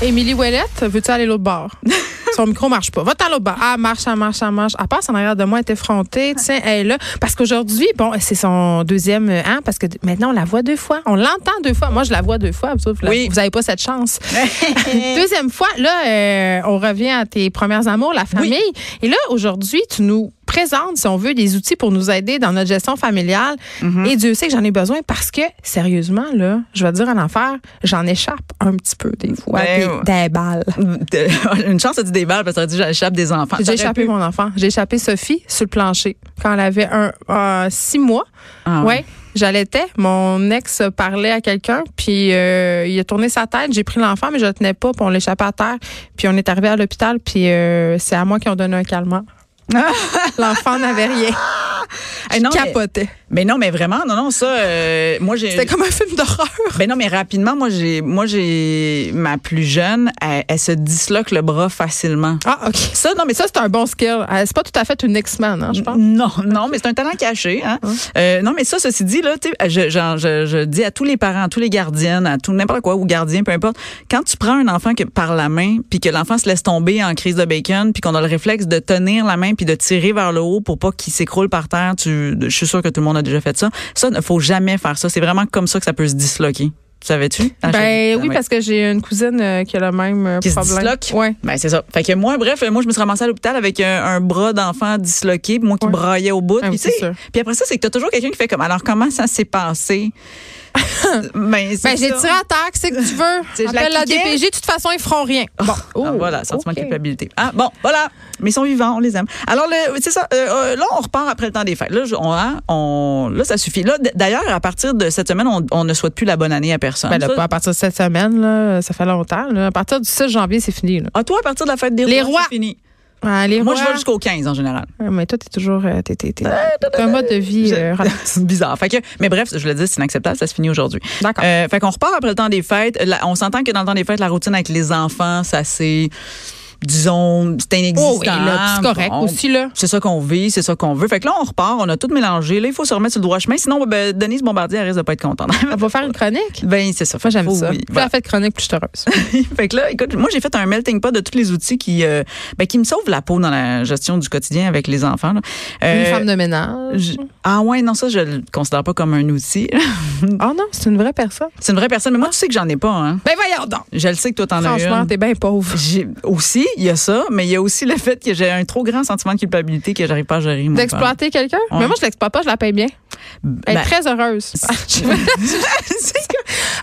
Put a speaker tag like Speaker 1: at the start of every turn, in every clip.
Speaker 1: Émilie Ouellette, veux-tu aller l'autre bord? Son micro marche pas. Va-t'en l'autre bord. Ah, marche, elle marche, elle marche. Elle passe en arrière de moi, elle est effrontée. Tiens, elle est là. Parce qu'aujourd'hui, bon, c'est son deuxième euh, an, parce que d- maintenant, on la voit deux fois. On l'entend deux fois. Moi, je la vois deux fois. Vous autres, vous la-
Speaker 2: Oui.
Speaker 1: vous n'avez pas cette chance. deuxième fois, là, euh, on revient à tes premiers amours, la famille. Et là, aujourd'hui, tu nous présentes, si on veut, des outils pour nous aider dans notre gestion familiale.
Speaker 2: Mm-hmm.
Speaker 1: Et Dieu sait que j'en ai besoin parce que, sérieusement, là, je vais te dire à l'enfer, j'en échappe un petit peu des fois,
Speaker 2: Ben,
Speaker 1: des-
Speaker 2: ouais.
Speaker 1: des balles.
Speaker 2: De- Une chance, ça dit des balles parce que ça dit j'échappe des enfants.
Speaker 1: J'ai
Speaker 2: Ah, T'aurais
Speaker 1: échappé
Speaker 2: pu-
Speaker 1: mon enfant. J'ai échappé Sophie sur le plancher quand elle avait un euh, six mois.
Speaker 2: Ah,
Speaker 1: ouais. J'allaitais, mon ex parlait à quelqu'un, puis euh, il a tourné sa tête, j'ai pris l'enfant, mais je le tenais pas, puis on l'échappait à terre, puis on est arrivé à l'hôpital, puis euh, c'est à moi qu'ils ont donné un calmant. l'enfant n'avait rien,
Speaker 2: Eh non, mais,
Speaker 1: capotait.
Speaker 2: mais non, mais vraiment, non, non, ça, euh, moi, j'ai.
Speaker 1: C'était comme un film d'horreur.
Speaker 2: Ben non, mais rapidement, moi, j'ai, moi, j'ai ma plus jeune, elle, elle se disloque le bras facilement.
Speaker 1: Ah, OK.
Speaker 2: Ça, non, mais
Speaker 1: Ça, c'est un bon skill. Euh, C'est pas tout à fait une X-Men, hein, je pense.
Speaker 2: Non, non, mais c'est un talent caché. Hein? Euh, non, mais ça, ceci dit, là, tu sais, je, genre, je, je dis à tous les parents, à tous les gardiennes, à tout n'importe quoi, ou gardiens, peu importe, quand tu prends un enfant que, par la main, puis que l'enfant se laisse tomber en crise de bacon, puis qu'on a le réflexe de tenir la main puis de tirer vers le haut pour pas qu'il s'écroule par terre, tu, je suis sûre que tout le monde a déjà fait ça. Ça, ne faut jamais faire ça. C'est vraiment comme ça que ça peut se disloquer. Tu Savais-tu? Ah,
Speaker 1: Ben oui, parce que j'ai une cousine euh, qui a le même euh,
Speaker 2: Qui se
Speaker 1: problème.
Speaker 2: disloque?
Speaker 1: Ouais.
Speaker 2: Ben, c'est ça. Fait que moi, bref, moi, je me suis ramassée à l'hôpital avec un, un bras d'enfant disloqué, puis moi qui
Speaker 1: Ouais.
Speaker 2: braillais au bout.
Speaker 1: Ah oui,
Speaker 2: puis, tu
Speaker 1: c'est
Speaker 2: sais,
Speaker 1: sûr.
Speaker 2: puis après ça, c'est que t'as toujours quelqu'un qui fait comme, alors comment ça s'est passé? ben, c'est
Speaker 1: Ben, j'ai
Speaker 2: ça.
Speaker 1: tiré à terre, c'est que tu
Speaker 2: sais,
Speaker 1: veux.
Speaker 2: je la
Speaker 1: Appelle la
Speaker 2: kickais.
Speaker 1: DPJ, de toute façon, ils feront rien. Bon.
Speaker 2: Ah,
Speaker 1: Oh,
Speaker 2: voilà, sentiment de
Speaker 1: ok.
Speaker 2: culpabilité. Ah, bon, voilà. Mais ils sont vivants, on les aime. Alors, le- c'est ça. euh, euh, là, on repart après le temps des fêtes. Là, je- on, hein, on- là ça suffit. Là, d- d'ailleurs, à partir de cette semaine, on, on ne souhaite plus la bonne année à personne.
Speaker 1: Ben là,
Speaker 2: Ça-
Speaker 1: pas à partir de cette semaine, là, ça fait longtemps. là. À partir du 6 janvier, c'est fini. Là.
Speaker 2: ah, toi, à partir de la fête des
Speaker 1: Les rois.
Speaker 2: c'est fini.
Speaker 1: Ah, les
Speaker 2: Moi,
Speaker 1: rois-
Speaker 2: je vais jusqu'au Ah, 15 en général.
Speaker 1: Ah, mais toi, t'es toujours. euh, t'es, t'es- t'es- t'as un mode de vie.
Speaker 2: Je-
Speaker 1: euh, relax.
Speaker 2: C'est bizarre. Fait que, mais bref, je le dis, c'est inacceptable, ça se finit aujourd'hui.
Speaker 1: D'accord.
Speaker 2: Euh, fait qu'on repart après le temps des fêtes. La- on s'entend que dans le temps des fêtes, la routine avec les enfants, ça c'est, disons, c'est inexistant.
Speaker 1: oh, oui, là, c'est correct
Speaker 2: Euh, Bon,
Speaker 1: aussi, là.
Speaker 2: C'est ça qu'on vit, c'est ça qu'on veut. Fait que là, on repart, on a tout mélangé. Là, il faut se remettre sur le droit chemin. Sinon, ben, Denise Bombardier, elle risque de pas être contente.
Speaker 1: On va faire une chronique?
Speaker 2: ben, c'est ça.
Speaker 1: Moi, j'aime
Speaker 2: Faut-
Speaker 1: ça.
Speaker 2: oui,
Speaker 1: Plus
Speaker 2: voilà.
Speaker 1: la fête chronique, plus je suis heureuse.
Speaker 2: Fait que là, écoute, moi, j'ai fait un melting pot de tous les outils qui, euh, ben, qui me sauvent la peau dans la gestion du quotidien avec les enfants. là.
Speaker 1: Une
Speaker 2: Euh,
Speaker 1: femme de hein? ménage.
Speaker 2: je- ah ouais, non, ça, je le considère pas comme un outil.
Speaker 1: Oh non, c'est une vraie personne.
Speaker 2: C'est une vraie personne, mais moi, tu sais que j'en ai pas, hein.
Speaker 1: Ben voyons donc.
Speaker 2: Je le sais que toi, t'en as
Speaker 1: Franchement,
Speaker 2: une.
Speaker 1: t'es bien pauvre.
Speaker 2: J'ai- Aussi, il y a ça, mais il y a aussi le fait que j'ai un trop grand sentiment de culpabilité que j'arrive pas à gérer. mon corps.
Speaker 1: D'exploiter quelqu'un?
Speaker 2: ben. Ouais.
Speaker 1: Mais moi, je l'exploite pas, je la paye bien. Elle est
Speaker 2: Ben,
Speaker 1: très heureuse.
Speaker 2: c'est-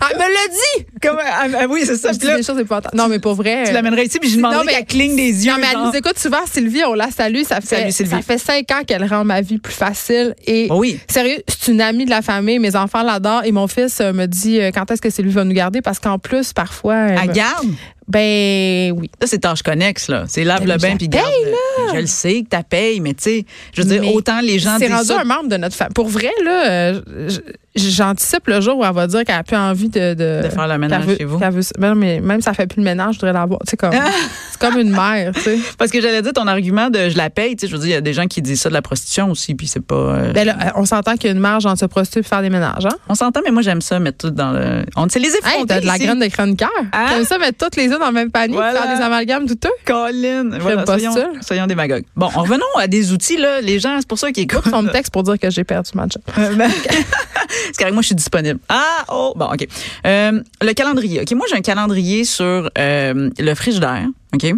Speaker 1: Ah, Elle me l'a dit!
Speaker 2: Ben, comme, ah, ah oui, c'est ça.
Speaker 1: Je dis
Speaker 2: Puis là,
Speaker 1: des choses importantes. Non, mais pour vrai.
Speaker 2: tu
Speaker 1: euh,
Speaker 2: l'amènerais ici, puis je lui
Speaker 1: Non,
Speaker 2: demanderais
Speaker 1: mais-
Speaker 2: qu'elle cligne des yeux.
Speaker 1: Non, mais elle
Speaker 2: genre.
Speaker 1: nous écoute souvent, Sylvie, on la salue. Ça fait,
Speaker 2: Salut, Sylvie.
Speaker 1: Ça fait cinq ans qu'elle rend ma vie plus facile. Et
Speaker 2: Oh oui.
Speaker 1: sérieux, c'est une amie de la famille. Mes enfants l'adorent. Et mon fils euh, me dit euh, quand est-ce que Sylvie va nous garder parce qu'en plus, parfois. euh,
Speaker 2: Elle Ah, garde.
Speaker 1: ben oui.
Speaker 2: Ça, c'est tâche connexe, là. C'est lave
Speaker 1: Mais Ben
Speaker 2: le
Speaker 1: je
Speaker 2: bain,
Speaker 1: la
Speaker 2: puis garde.
Speaker 1: paye,
Speaker 2: le- Je le sais que t'as paye, mais tu sais, je veux dire,
Speaker 1: Mais
Speaker 2: autant les gens
Speaker 1: C'est
Speaker 2: disent
Speaker 1: rendu
Speaker 2: ça-
Speaker 1: un membre de notre famille. Pour vrai, là, euh, j- j'anticipe le jour où elle va dire qu'elle a plus envie de. De,
Speaker 2: De faire le ménage
Speaker 1: qu'elle veut-
Speaker 2: chez vous.
Speaker 1: qu'elle veut- Ben non, mais même si elle fait plus le ménage, je voudrais l'avoir. Tu sais, comme. c'est comme une mère, tu sais.
Speaker 2: Parce que j'allais dire ton argument de je la paye, tu sais, je veux dire, il y a des gens qui disent ça de la prostitution aussi, puis c'est pas. euh,
Speaker 1: Ben là, euh, on s'entend qu'il y a une marge entre se prostituer et faire des ménages, hein?
Speaker 2: On s'entend, mais moi, j'aime ça, mettre tout dans le. On sait les effrontés.
Speaker 1: Hey, t'as de la
Speaker 2: ici.
Speaker 1: graine de chroniqueur.
Speaker 2: Hein?
Speaker 1: T'aimes ça mettre toutes les œufs dans le même panier,
Speaker 2: Voilà.
Speaker 1: faire des amalgames douteux?
Speaker 2: Colin. Voilà,
Speaker 1: pas
Speaker 2: soyons,
Speaker 1: ça.
Speaker 2: soyons démagogues. Bon, en revenons à des outils, là. Les gens, c'est pour ça qu'ils écoutent.
Speaker 1: Son texte pour dire que j'ai perdu ma job.
Speaker 2: C'est correct, moi, je suis disponible. Ah, oh, bon, OK. Euh, le calendrier. OK, moi, j'ai un calendrier sur euh, le frigidaire. OK?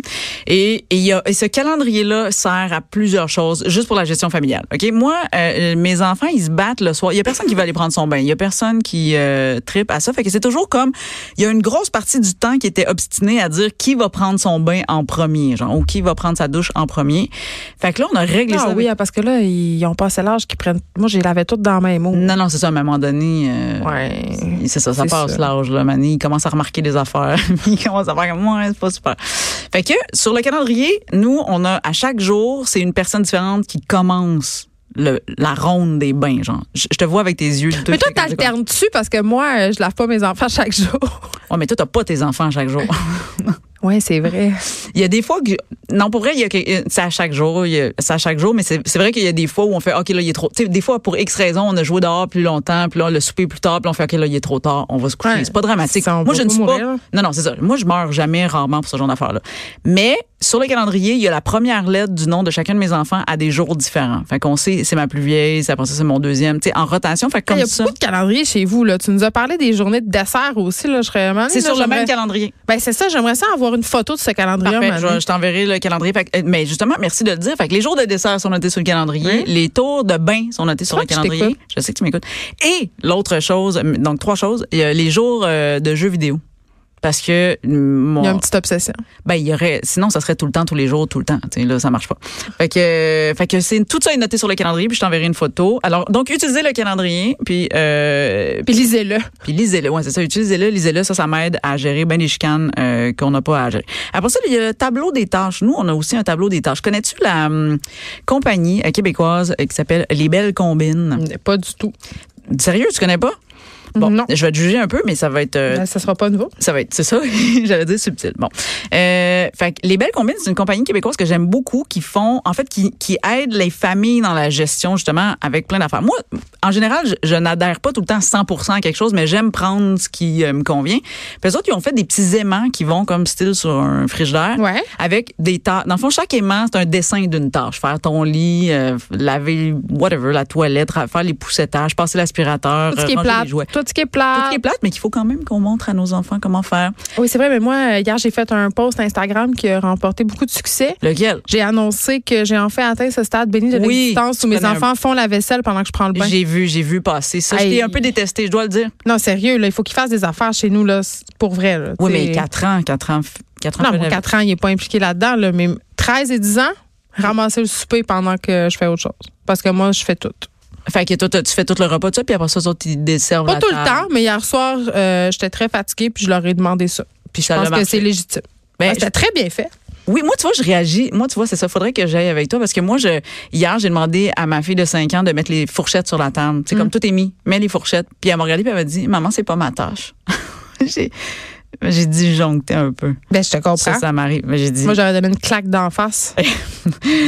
Speaker 2: Et, et, y a, et ce calendrier-là sert à plusieurs choses, juste pour la gestion familiale. OK? Moi, euh, mes enfants, ils se battent le soir. Il y a personne qui va aller prendre son bain. Il y a personne qui euh, tripe à ça. Fait que c'est toujours comme, il y a une grosse partie du temps qui était obstinée à dire qui va prendre son bain en premier, genre, ou qui va prendre sa douche en premier. Fait que là, on a réglé
Speaker 1: Ah
Speaker 2: ça.
Speaker 1: oui,
Speaker 2: avec-
Speaker 1: ah, parce que là, ils ont passé l'âge qu'ils prennent. Moi, je les l'avais toutes dans la même eau.
Speaker 2: Non, non, c'est ça, à un moment donné. euh,
Speaker 1: Ouais.
Speaker 2: C'est ça, ça
Speaker 1: C'est
Speaker 2: passe
Speaker 1: ça.
Speaker 2: l'âge, là, Mané. Il commence à remarquer des affaires. il commence à faire comme, ouais, c'est pas super. Fait que, sur le calendrier, nous, on a, à chaque jour, c'est une personne différente qui commence le, la ronde des bains, genre. Je, je te vois avec tes yeux.
Speaker 1: Mais toi, t'alternes-tu parce que moi, euh, je lave pas mes enfants chaque jour.
Speaker 2: Ouais, mais toi, t'as pas tes enfants chaque jour.
Speaker 1: Oui, c'est vrai.
Speaker 2: il y a des fois que, non, pour vrai, il y a que, euh, c'est à chaque jour, il y a- c'est à chaque jour, mais c'est c'est vrai qu'il y a des fois où on fait, OK, là, il est trop, tu sais, des fois, pour X raison, on a joué dehors plus longtemps, puis là, on le souper plus tard, puis on fait, OK, là, il est trop tard, on va se coucher.
Speaker 1: Ouais.
Speaker 2: C'est pas dramatique.
Speaker 1: Ça, on
Speaker 2: Moi,
Speaker 1: va
Speaker 2: je ne
Speaker 1: pas
Speaker 2: suis pas,
Speaker 1: mourir, là.
Speaker 2: Non, non, c'est ça. Moi, je meurs jamais, rarement pour ce genre d'affaires-là. Mais sur le calendrier, il y a la première lettre du nom de chacun de mes enfants à des jours différents. Fait qu'on sait, c'est ma plus vieille, c'est après ça, c'est mon deuxième. Tu sais, en rotation, fait que
Speaker 1: Il Ah, y
Speaker 2: comme
Speaker 1: a
Speaker 2: ça.
Speaker 1: beaucoup de calendriers chez vous. Là. Tu nous as parlé des journées de dessert aussi. Là. Je serais
Speaker 2: C'est sur le même calendrier.
Speaker 1: Ben, c'est ça, j'aimerais ça avoir une photo de ce calendrier.
Speaker 2: Parfait,
Speaker 1: un
Speaker 2: je,
Speaker 1: moment
Speaker 2: vais- je t'enverrai le calendrier. Fait que- euh, mais justement, merci de le dire. Fait que les jours de dessert sont notés sur le calendrier.
Speaker 1: Oui.
Speaker 2: Les tours de bain sont notés sur
Speaker 1: crois
Speaker 2: le
Speaker 1: que je
Speaker 2: calendrier.
Speaker 1: t'écoute.
Speaker 2: Je, sais que tu m'écoutes. Et l'autre chose, euh, donc trois choses, il y a les jours euh, de jeux vidéo. Parce que euh, mon,
Speaker 1: Il y a une petite obsession.
Speaker 2: ben il y aurait sinon ça serait tout le temps tous les jours tout le temps tu sais là ça marche pas fait que euh, fait que c'est tout ça est noté sur le calendrier puis je t'enverrai une photo alors donc utilisez le calendrier puis euh,
Speaker 1: Puis lisez-le.
Speaker 2: puis lisez-le ouais c'est ça utilisez-le lisez-le ça ça m'aide à gérer ben des chicanes euh, qu'on n'a pas à gérer après ça il y a le tableau des tâches nous on a aussi un tableau des tâches connais-tu la hum, compagnie euh, québécoise euh, qui s'appelle les belles combines
Speaker 1: Pas du tout.
Speaker 2: sérieux tu connais pas bon
Speaker 1: Mm. Non.
Speaker 2: je vais te juger un peu mais ça va être euh,
Speaker 1: Ben, ça sera pas nouveau.
Speaker 2: ça va être, c'est ça, j'allais dire subtil. Bon. Euh, fait que les Belles Combines, c'est une compagnie québécoise que j'aime beaucoup qui font, en fait, qui, qui aide les familles dans la gestion, justement, avec plein d'affaires. Moi, en général, je, je n'adhère pas tout le temps 100% à quelque chose, mais j'aime prendre ce qui euh, me convient. Puis eux autres, ils ont fait des petits aimants qui vont comme style sur un frigidaire
Speaker 1: Ouais.
Speaker 2: avec des tâches. Dans le fond, chaque aimant, c'est un dessin d'une tâche. Faire ton lit, euh, laver, whatever, la toilette, ra- faire les poussettages, passer l'aspirateur,
Speaker 1: Tout ce qui
Speaker 2: euh,
Speaker 1: est
Speaker 2: ranger les
Speaker 1: plate.
Speaker 2: jouets.
Speaker 1: Tout ce qui est
Speaker 2: Tout ce
Speaker 1: plate.
Speaker 2: qui est plate, mais qu'il faut quand même qu'on montre à nos enfants comment faire.
Speaker 1: Oui, c'est vrai, mais moi, euh, hier, j'ai fait un post Instagram qui a remporté beaucoup de succès.
Speaker 2: Lequel?
Speaker 1: J'ai annoncé que j'ai enfin atteint ce stade béni de
Speaker 2: Oui,
Speaker 1: l'existence où
Speaker 2: je
Speaker 1: mes
Speaker 2: connais un-
Speaker 1: enfants font la vaisselle pendant que je prends le bain.
Speaker 2: J'ai vu, j'ai vu passer ça. Je
Speaker 1: Aïe.
Speaker 2: t'ai un peu détesté, je dois le dire.
Speaker 1: Non, sérieux, là, il faut qu'ils fassent des affaires chez nous, là, c'est pour vrai. Là,
Speaker 2: Oui,
Speaker 1: T'sais,
Speaker 2: mais 4 ans, 4 ans, 4 ans.
Speaker 1: Non,
Speaker 2: je
Speaker 1: mon
Speaker 2: l'avais.
Speaker 1: 4 ans, il n'est pas impliqué là-dedans, là, mais 13 et 10 ans, ramasser le souper pendant que je fais autre chose. Parce que moi, je fais tout.
Speaker 2: Fait que toi, t'as- tu fais tout le repas, de ça, puis après ça, eux autres, ils desservent
Speaker 1: Pas
Speaker 2: la
Speaker 1: tout le
Speaker 2: table.
Speaker 1: temps, mais hier soir, euh, j'étais très fatiguée puis je leur ai demandé ça.
Speaker 2: Puis
Speaker 1: Je
Speaker 2: ça
Speaker 1: pense
Speaker 2: l'a
Speaker 1: que c'est
Speaker 2: marché.
Speaker 1: légitime.
Speaker 2: Ben,
Speaker 1: Ah, C'était très bien fait.
Speaker 2: Oui, moi, tu vois, je réagis. Moi, tu vois, c'est ça. Faudrait que j'aille avec toi parce que moi, je, hier, j'ai demandé à ma fille de 5 ans de mettre les fourchettes sur la table. C'est comme tout est mis. Mets les fourchettes. Puis elle m'a regardé puis elle m'a dit, maman, c'est pas ma tâche. j'ai, j'ai dit joncté un peu.
Speaker 1: Ben, je te comprends.
Speaker 2: Ça, ça m'arrive. Mais j'ai dit,
Speaker 1: Moi, j'aurais donné une claque d'en face.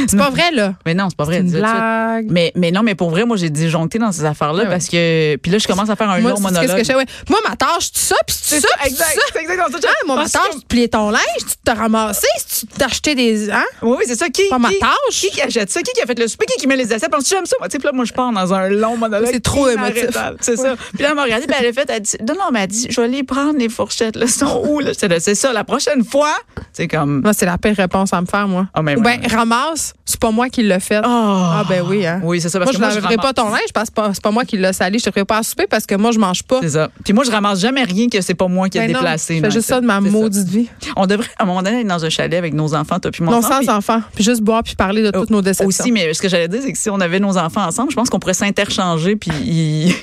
Speaker 1: c'est pas vrai, là.
Speaker 2: mais non, c'est pas vrai.
Speaker 1: C'est une
Speaker 2: Dis-le tout de suite.
Speaker 1: blague.
Speaker 2: Mais, mais non, mais pour vrai, moi, j'ai disjoncté dans ces affaires-là
Speaker 1: Ah ouais.
Speaker 2: parce que. Puis là, je commence à faire un
Speaker 1: Moi,
Speaker 2: long
Speaker 1: c'est ce que
Speaker 2: monologue.
Speaker 1: je fais. Ouais. Moi, ma tâche, tu ça, puis tu ça, puis tu ça.
Speaker 2: exact. C'est exactement ça. Ah,
Speaker 1: Hein, moi, ma
Speaker 2: Parce que-
Speaker 1: tâche, tu plies ton linge, tu t'as ramassé, tu t'as acheté des. Hein?
Speaker 2: Oui, oui, c'est ça. Qui,
Speaker 1: Pas ma
Speaker 2: qui-
Speaker 1: tâche.
Speaker 2: Qui, qui achète ça? Qui, qui a fait le souper? Qui, qui met les assiettes? Parce que j'aime ça. Moi, tu sais, puis là, moi, je pars dans un long monologue.
Speaker 1: C'est trop
Speaker 2: inarrêtable.
Speaker 1: émotif.
Speaker 2: C'est ça. Puis là, elle m'a regardé, puis elle a fait, elle a dit, non, non, mais elle a dit, je vais aller prendre les fourchettes, là. Elles sont où, là? J'étais là, C'est ça, la prochaine fois. C'est comme,
Speaker 1: Moi, c'est la pire réponse à me faire, moi.
Speaker 2: Ah, mais
Speaker 1: Ou
Speaker 2: ouais,
Speaker 1: ben, ramasse, c'est pas moi qui l'ai fait. Ah, ben oui, hein.
Speaker 2: oh. oui, c'est ça.
Speaker 1: Moi,
Speaker 2: Parce
Speaker 1: je
Speaker 2: que
Speaker 1: ne laverai pas
Speaker 2: ramasse-
Speaker 1: ton linge parce que pas- c'est pas moi qui l'ai sali. Je te ferai pas à souper parce que moi, je mange pas.
Speaker 2: C'est ça. Puis moi, je ramasse jamais rien que c'est pas moi qui ai
Speaker 1: Ben non,
Speaker 2: déplacé.
Speaker 1: je fais
Speaker 2: non,
Speaker 1: juste
Speaker 2: c'est-
Speaker 1: ça de ma
Speaker 2: c'est ça.
Speaker 1: maudite vie.
Speaker 2: On devrait, à un moment donné, être dans un chalet avec nos enfants, toi puis mon
Speaker 1: Non,
Speaker 2: enfant,
Speaker 1: sans
Speaker 2: puis-
Speaker 1: enfants. Puis juste boire puis parler de toutes nos déceptions.
Speaker 2: Oh, Aussi, mais ce que j'allais dire, c'est que si on avait nos enfants ensemble, je pense qu'on pourrait s'interchanger puis ils,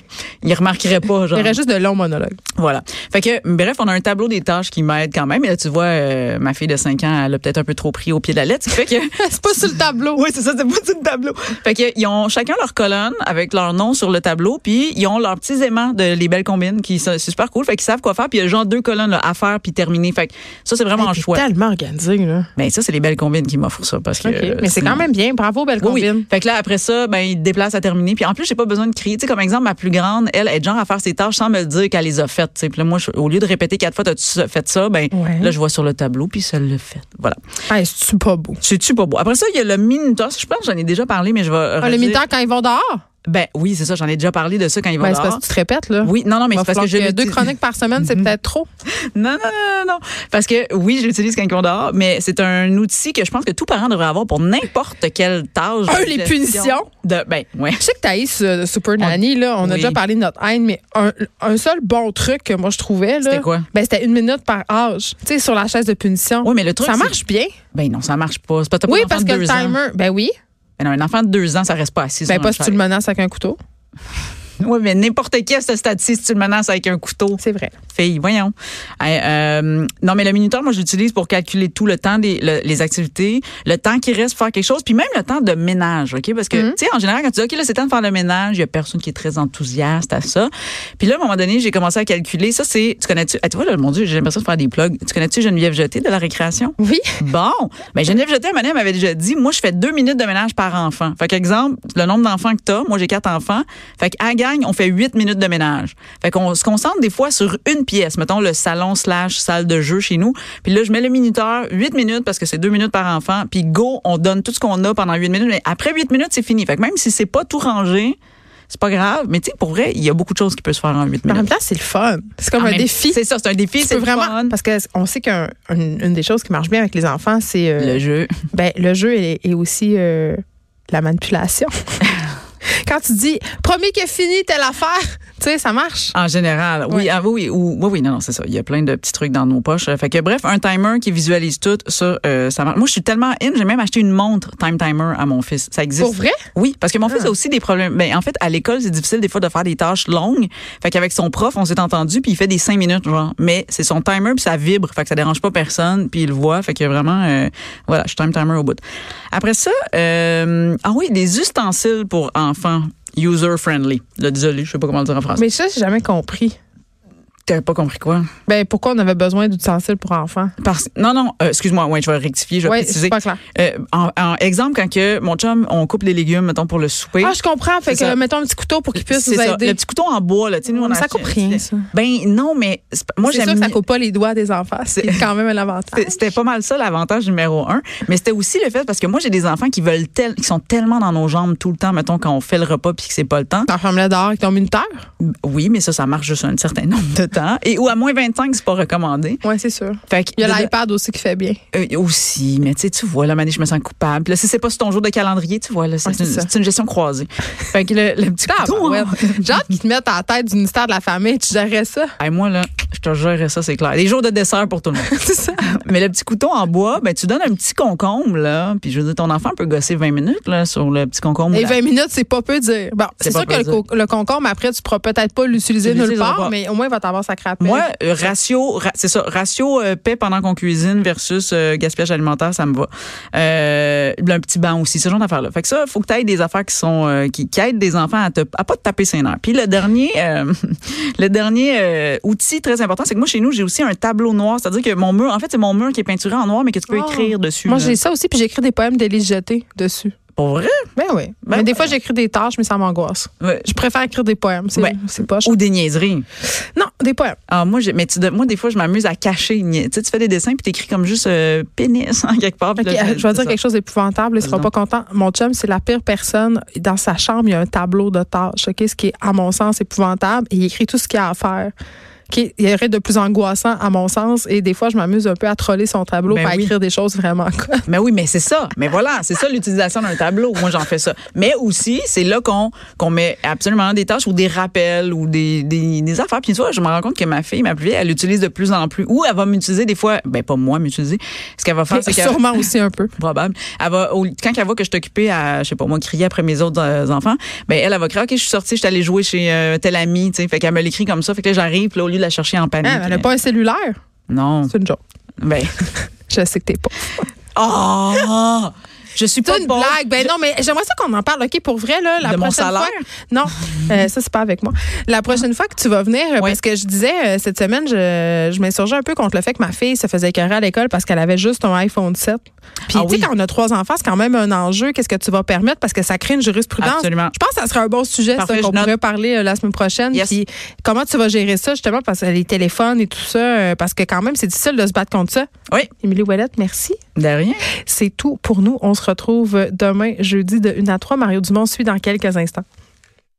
Speaker 2: ils remarqueraient pas.
Speaker 1: Il y
Speaker 2: Genre.
Speaker 1: aurait juste de longs monologues.
Speaker 2: Voilà. Fait que, bref, on a un tableau des tâches qui m'aide quand même. Et là, tu vois, euh, ma fille de 5 ans, elle a peut-être un peu trop pris au pied de la lettre. Ce qui fait que,
Speaker 1: c'est pas sur le tableau.
Speaker 2: oui, c'est ça, c'est pas sur le tableau. Fait que, ils ont chacun leur colonne avec leur nom sur le tableau, puis ils ont leurs petits aimants de les belles combines qui sont c'est super cool. Fait qu'ils savent quoi faire, puis il y a genre deux colonnes là, à faire puis terminer. Fait que ça, c'est vraiment
Speaker 1: Hey, t'es
Speaker 2: chouette.
Speaker 1: tellement organisé, là.
Speaker 2: Mais ça, c'est les belles combines qui m'offrent ça parce que.
Speaker 1: OK.
Speaker 2: euh,
Speaker 1: mais c'est
Speaker 2: sinon-
Speaker 1: quand même bien. Bravo, belle
Speaker 2: oui,
Speaker 1: combine.
Speaker 2: oui. Fait que là, après ça, ben, ils te déplacent à terminer. Puis en plus, j'ai pas besoin de crier. Tu sais, comme exemple, ma plus grande, elle, elle est genre à faire ses tâches sans me le dire qu'elle les a faites. tu sais. Puis là, moi, je- au lieu de répéter quatre fois, t'as-tu ça- fait ça? Ben,
Speaker 1: Ouais.
Speaker 2: là, je vois sur le tableau, puis ça le fait. Voilà.
Speaker 1: Hey, c'est-tu pas beau?
Speaker 2: C'est-tu pas beau? Après ça, il y a le minutos. Je pense que j'en ai déjà parlé, mais je vais.
Speaker 1: Ah, le
Speaker 2: redire.
Speaker 1: militaire, quand ils vont dehors?
Speaker 2: Ben oui, c'est ça, j'en ai déjà parlé de ça quand ils vont
Speaker 1: Ben, c'est parce
Speaker 2: dehors.
Speaker 1: que tu te répètes, là.
Speaker 2: Oui, non, non, mais
Speaker 1: Va
Speaker 2: c'est parce
Speaker 1: falloir
Speaker 2: que je
Speaker 1: que
Speaker 2: l'ai
Speaker 1: deux chroniques par semaine,
Speaker 2: Mhm.
Speaker 1: c'est peut-être trop.
Speaker 2: Non, non, non, non, non. Parce que oui, je l'utilise quand ils vont dehors, mais c'est un outil que je pense que tout parent devrait avoir pour n'importe quelle tâche.
Speaker 1: Un,
Speaker 2: de
Speaker 1: les
Speaker 2: gestion
Speaker 1: punitions.
Speaker 2: De, ben, ouais.
Speaker 1: Je sais que Thaïs, euh, Super Nanny, là, on a
Speaker 2: Oui.
Speaker 1: déjà parlé de notre haine, mais un, un seul bon truc que moi je trouvais, là,
Speaker 2: C'était quoi?
Speaker 1: Ben, c'était une minute par âge, tu sais, sur la chaise de punition.
Speaker 2: Oui, mais le truc.
Speaker 1: ça
Speaker 2: c'est-
Speaker 1: marche bien.
Speaker 2: Ben non, ça marche pas. C'est pas t'as pas
Speaker 1: Oui,
Speaker 2: un enfant
Speaker 1: parce
Speaker 2: de
Speaker 1: que le
Speaker 2: deux ans.
Speaker 1: timer, ben oui,
Speaker 2: Ben non, un enfant de deux ans, ça reste pas assis.
Speaker 1: ben
Speaker 2: sur
Speaker 1: pas
Speaker 2: une
Speaker 1: si tu le menaces avec un couteau,
Speaker 2: chaise. Ouais, mais n'importe qui à ce stade-ci, si tu le menaces avec un couteau.
Speaker 1: c'est vrai.
Speaker 2: Fille, voyons. Hey, euh, non, mais le minuteur, moi, je l'utilise pour calculer tout le temps des le- les activités, le temps qui reste pour faire quelque chose, puis même le temps de ménage, OK? Parce que,
Speaker 1: Mm-hmm.
Speaker 2: tu sais, en général, quand tu dis, OK, là, c'est temps de faire le ménage, il y a personne qui est très enthousiaste à ça. Puis là, à un moment donné, j'ai commencé à calculer. Ça, c'est, tu connais-tu, ah, tu vois, là, mon Dieu, j'ai l'impression de faire des plugs. Tu connais-tu Geneviève Jeté de la récréation?
Speaker 1: Oui,
Speaker 2: Bon, mais Geneviève Jeté, un moment donné, elle m'avait déjà dit, moi, je fais deux minutes de ménage par enfant. Fait qu'exemple, le nombre d'enfants que t'as, moi, j'ai quatre enfants. Fait qu'à la gang, on fait huit minutes de ménage. Fait qu'on se concentre des fois sur une pièce, mettons le salon slash salle de jeu chez nous. Puis là, je mets le minuteur, huit minutes, parce que c'est deux minutes par enfant. Puis go, on donne tout ce qu'on a pendant huit minutes. Mais après huit minutes, c'est fini. Fait que même si c'est pas tout rangé, c'est pas grave. Mais tu sais, pour vrai, il y a beaucoup de choses qui peuvent se faire en huit
Speaker 1: mais en même
Speaker 2: minutes.
Speaker 1: temps, c'est le fun. C'est comme
Speaker 2: En
Speaker 1: un
Speaker 2: même-
Speaker 1: défi.
Speaker 2: C'est ça, c'est un défi.
Speaker 1: Tu
Speaker 2: C'est
Speaker 1: peux
Speaker 2: le
Speaker 1: vraiment
Speaker 2: fun.
Speaker 1: parce que on sait qu'une des choses qui marche bien avec les enfants, c'est euh,
Speaker 2: le jeu.
Speaker 1: Ben, le jeu est, est aussi euh, la manipulation. Quand tu dis promis que fini telle affaire, tu sais, ça marche.
Speaker 2: En général, oui,
Speaker 1: Ouais.
Speaker 2: ah, oui, oui, ou- oui, oui, non, non, c'est ça. Il y a plein de petits trucs dans nos poches. Euh, Fait que bref, un timer qui visualise tout ça, euh, ça marche. Moi, je suis tellement in, j'ai même acheté une montre time timer à mon fils. Ça existe.
Speaker 1: Pour vrai? Ah.
Speaker 2: Oui, parce que mon fils a aussi des problèmes. Ben, en fait, à l'école, c'est difficile des fois de faire des tâches longues. Fait qu'avec son prof, on s'est entendu, puis il fait des cinq minutes, genre. Mais c'est son timer, puis ça vibre. Fait que ça dérange pas personne, puis il le voit. Fait que vraiment, euh, voilà, je suis time timer au bout. Après ça, euh, ah oui, des ustensiles pour enfants. User friendly. Là, désolé, je sais pas comment le dire en français.
Speaker 1: Mais ça, j'ai jamais compris.
Speaker 2: T'as pas compris quoi?
Speaker 1: Ben, pourquoi on avait besoin d'ustensiles pour enfants?
Speaker 2: Parce- non, non, euh, excuse-moi, ouais, je vais rectifier, je vais
Speaker 1: Oui, c'est
Speaker 2: préciser.
Speaker 1: pas clair.
Speaker 2: Euh, en, en exemple, quand que mon chum, on coupe les légumes, mettons, pour le souper.
Speaker 1: Ah, je comprends. Fait
Speaker 2: C'est
Speaker 1: que
Speaker 2: ça.
Speaker 1: mettons un petit couteau pour qu'ils puissent
Speaker 2: c'est
Speaker 1: vous
Speaker 2: ça,
Speaker 1: aider. Mm,
Speaker 2: le petit couteau en bois, là, tu sais, nous, on a
Speaker 1: ça
Speaker 2: acheté-
Speaker 1: coupe rien, ça.
Speaker 2: Ben non, mais c'est pas- moi,
Speaker 1: C'est sûr
Speaker 2: j'aime
Speaker 1: que ça
Speaker 2: mieux-
Speaker 1: coupe pas les doigts des enfants. C'est
Speaker 2: C'est-
Speaker 1: quand même un avantage.
Speaker 2: C'était- C'était pas mal ça l'avantage numéro un, mais c'était aussi le fait parce que moi j'ai des enfants qui veulent tel, qui sont tellement dans nos jambes tout le temps, mettons quand on fait le repas puis que c'est pas le temps.
Speaker 1: T'enfermes-le dehors avec ton minuteur?
Speaker 2: Oui, mais ça ça marche juste un certain nombre de temps et ou à moins 25 c'est pas recommandé.
Speaker 1: Oui, c'est sûr.
Speaker 2: Fait que-
Speaker 1: Il y a l'iPad aussi qui fait bien.
Speaker 2: Euh, aussi, mais tu sais, tu vois, là, Mané, je me sens coupable. Puis Là, si c'est pas sur ton jour de calendrier, tu vois, là, c'est
Speaker 1: Ouais, c'est
Speaker 2: une,
Speaker 1: ça.
Speaker 2: c'est une gestion croisée. fait que le, le petit couteau,
Speaker 1: Tabarouette.
Speaker 2: hein.
Speaker 1: J'ai hâte qu'ils te mettent à la tête du ministère de la Famille. Tu gérerais ça?
Speaker 2: Hey, moi, là, je te jure, ça, c'est clair. Les jours de dessert pour tout le monde.
Speaker 1: c'est ça.
Speaker 2: mais le petit couteau en bois, ben, tu donnes un petit concombre, là. Puis je veux dire, ton enfant peut gosser 20 minutes, là, sur le petit concombre.
Speaker 1: Et
Speaker 2: Là.
Speaker 1: 20 minutes, c'est pas peu dire. Bon,
Speaker 2: Mm. C'est
Speaker 1: c'est
Speaker 2: pas
Speaker 1: sûr que
Speaker 2: peu
Speaker 1: le, co- le concombre, après, tu pourras peut-être pas l'utiliser
Speaker 2: Tu
Speaker 1: nulle
Speaker 2: l'utiliseras
Speaker 1: part,
Speaker 2: pas.
Speaker 1: mais au moins, il va t'avoir sa crapelle.
Speaker 2: Moi, euh, ratio, ra- c'est ça, ratio euh, paix pendant qu'on cuisine versus euh, gaspillage alimentaire, ça me va. Euh, un petit banc aussi, ce genre d'affaires-là. Fait que ça, faut que tu ailles des affaires qui sont euh, qui, qui aident des enfants à, te, à pas te taper ses nerfs. Puis le dernier, euh, le dernier euh, outil très important, c'est que moi chez nous j'ai aussi un tableau noir, c'est-à-dire que mon mur, en fait c'est mon mur qui est peinturé en noir, mais que tu peux
Speaker 1: Oh.
Speaker 2: écrire dessus.
Speaker 1: Moi,
Speaker 2: là.
Speaker 1: j'ai ça aussi, puis j'écris des poèmes d'Élise Jeté dessus.
Speaker 2: pour vrai.
Speaker 1: Ben oui.
Speaker 2: Ben
Speaker 1: mais des
Speaker 2: ouais.
Speaker 1: fois, j'écris des tâches, mais ça m'angoisse.
Speaker 2: Ouais.
Speaker 1: Je préfère écrire des poèmes. C'est
Speaker 2: Ouais.
Speaker 1: c'est poche.
Speaker 2: Ou des niaiseries.
Speaker 1: Non, des poèmes.
Speaker 2: Ah, moi, j'ai- mais tu, de- moi, des fois, je m'amuse à cacher. une niaise. Tu sais, tu fais des dessins puis t'écris comme juste euh, pénis en quelque part. puis
Speaker 1: Ok,
Speaker 2: là,
Speaker 1: je vais
Speaker 2: c'est
Speaker 1: dire
Speaker 2: ça.
Speaker 1: quelque chose d'épouvantable, il sera
Speaker 2: Vas-y
Speaker 1: pas content. Mon chum, c'est la pire personne. Dans sa chambre, il y a un tableau de tâches, ok, ce qui est, à mon sens, épouvantable. Et il écrit tout ce qu'il a à faire. ok. Il y aurait de plus angoissant, à mon sens. Et des fois, je m'amuse un peu à troller son tableau
Speaker 2: Ben
Speaker 1: pour
Speaker 2: oui.
Speaker 1: écrire des choses vraiment. quoi.
Speaker 2: Mais oui, mais c'est ça. Mais voilà, c'est ça l'utilisation d'un tableau. Moi, j'en fais ça. Mais aussi, c'est là qu'on qu'on met absolument des tâches ou des rappels ou des, des, des affaires. Puis tu vois, je me rends compte que ma fille, ma plus vieille, elle l'utilise de plus en plus. Ou elle va m'utiliser des fois, ben pas moi m'utiliser. Ce qu'elle va faire, c'est qu'elle
Speaker 1: Sûrement aussi un peu.
Speaker 2: probable. Elle va au- quand elle voit que je suis occupée à je sais pas moi crier après mes autres euh, enfants, ben elle, elle va crier OK, je suis sortie, je suis allée jouer chez euh, tel ami, tu sais. Fait qu'elle me l'écrit comme ça, fait que là j'arrive, puis là, au lieu de la chercher en panique.
Speaker 1: Hein, elle n'a
Speaker 2: euh,
Speaker 1: pas un cellulaire.
Speaker 2: Non.
Speaker 1: C'est une joke.
Speaker 2: Ben
Speaker 1: Je sais que t'es pas.
Speaker 2: oh je suis pas
Speaker 1: C'est une
Speaker 2: bonne.
Speaker 1: blague. Ben non, mais j'aimerais ça qu'on en parle. OK, pour vrai, là, la
Speaker 2: De mon
Speaker 1: prochaine
Speaker 2: salaire?
Speaker 1: fois. Non, euh, ça, c'est pas avec moi. La prochaine fois que tu vas venir, euh,
Speaker 2: Oui.
Speaker 1: parce que je disais, euh, cette semaine, je, je m'insurgeais un peu contre le fait que ma fille se faisait écœurer à l'école parce qu'elle avait juste un iPhone 7. Puis,
Speaker 2: Ah
Speaker 1: tu sais,
Speaker 2: oui.
Speaker 1: quand on a trois enfants, c'est quand même un enjeu. Qu'est-ce que tu vas permettre? Parce que ça crée une jurisprudence.
Speaker 2: Absolument.
Speaker 1: Je pense que ça serait un bon sujet, ça,
Speaker 2: Parfait, je
Speaker 1: qu'on
Speaker 2: note.
Speaker 1: pourrait parler euh, la semaine prochaine.
Speaker 2: Yes.
Speaker 1: Puis, comment tu vas gérer ça, justement, parce que les téléphones et tout ça, euh, parce que quand même, c'est difficile de se battre contre ça.
Speaker 2: Oui.
Speaker 1: Émilie Ouellette, merci.
Speaker 2: De rien.
Speaker 1: C'est tout pour nous. On se retrouve demain, jeudi, de 1 à 3. Mario Dumont suit dans quelques instants.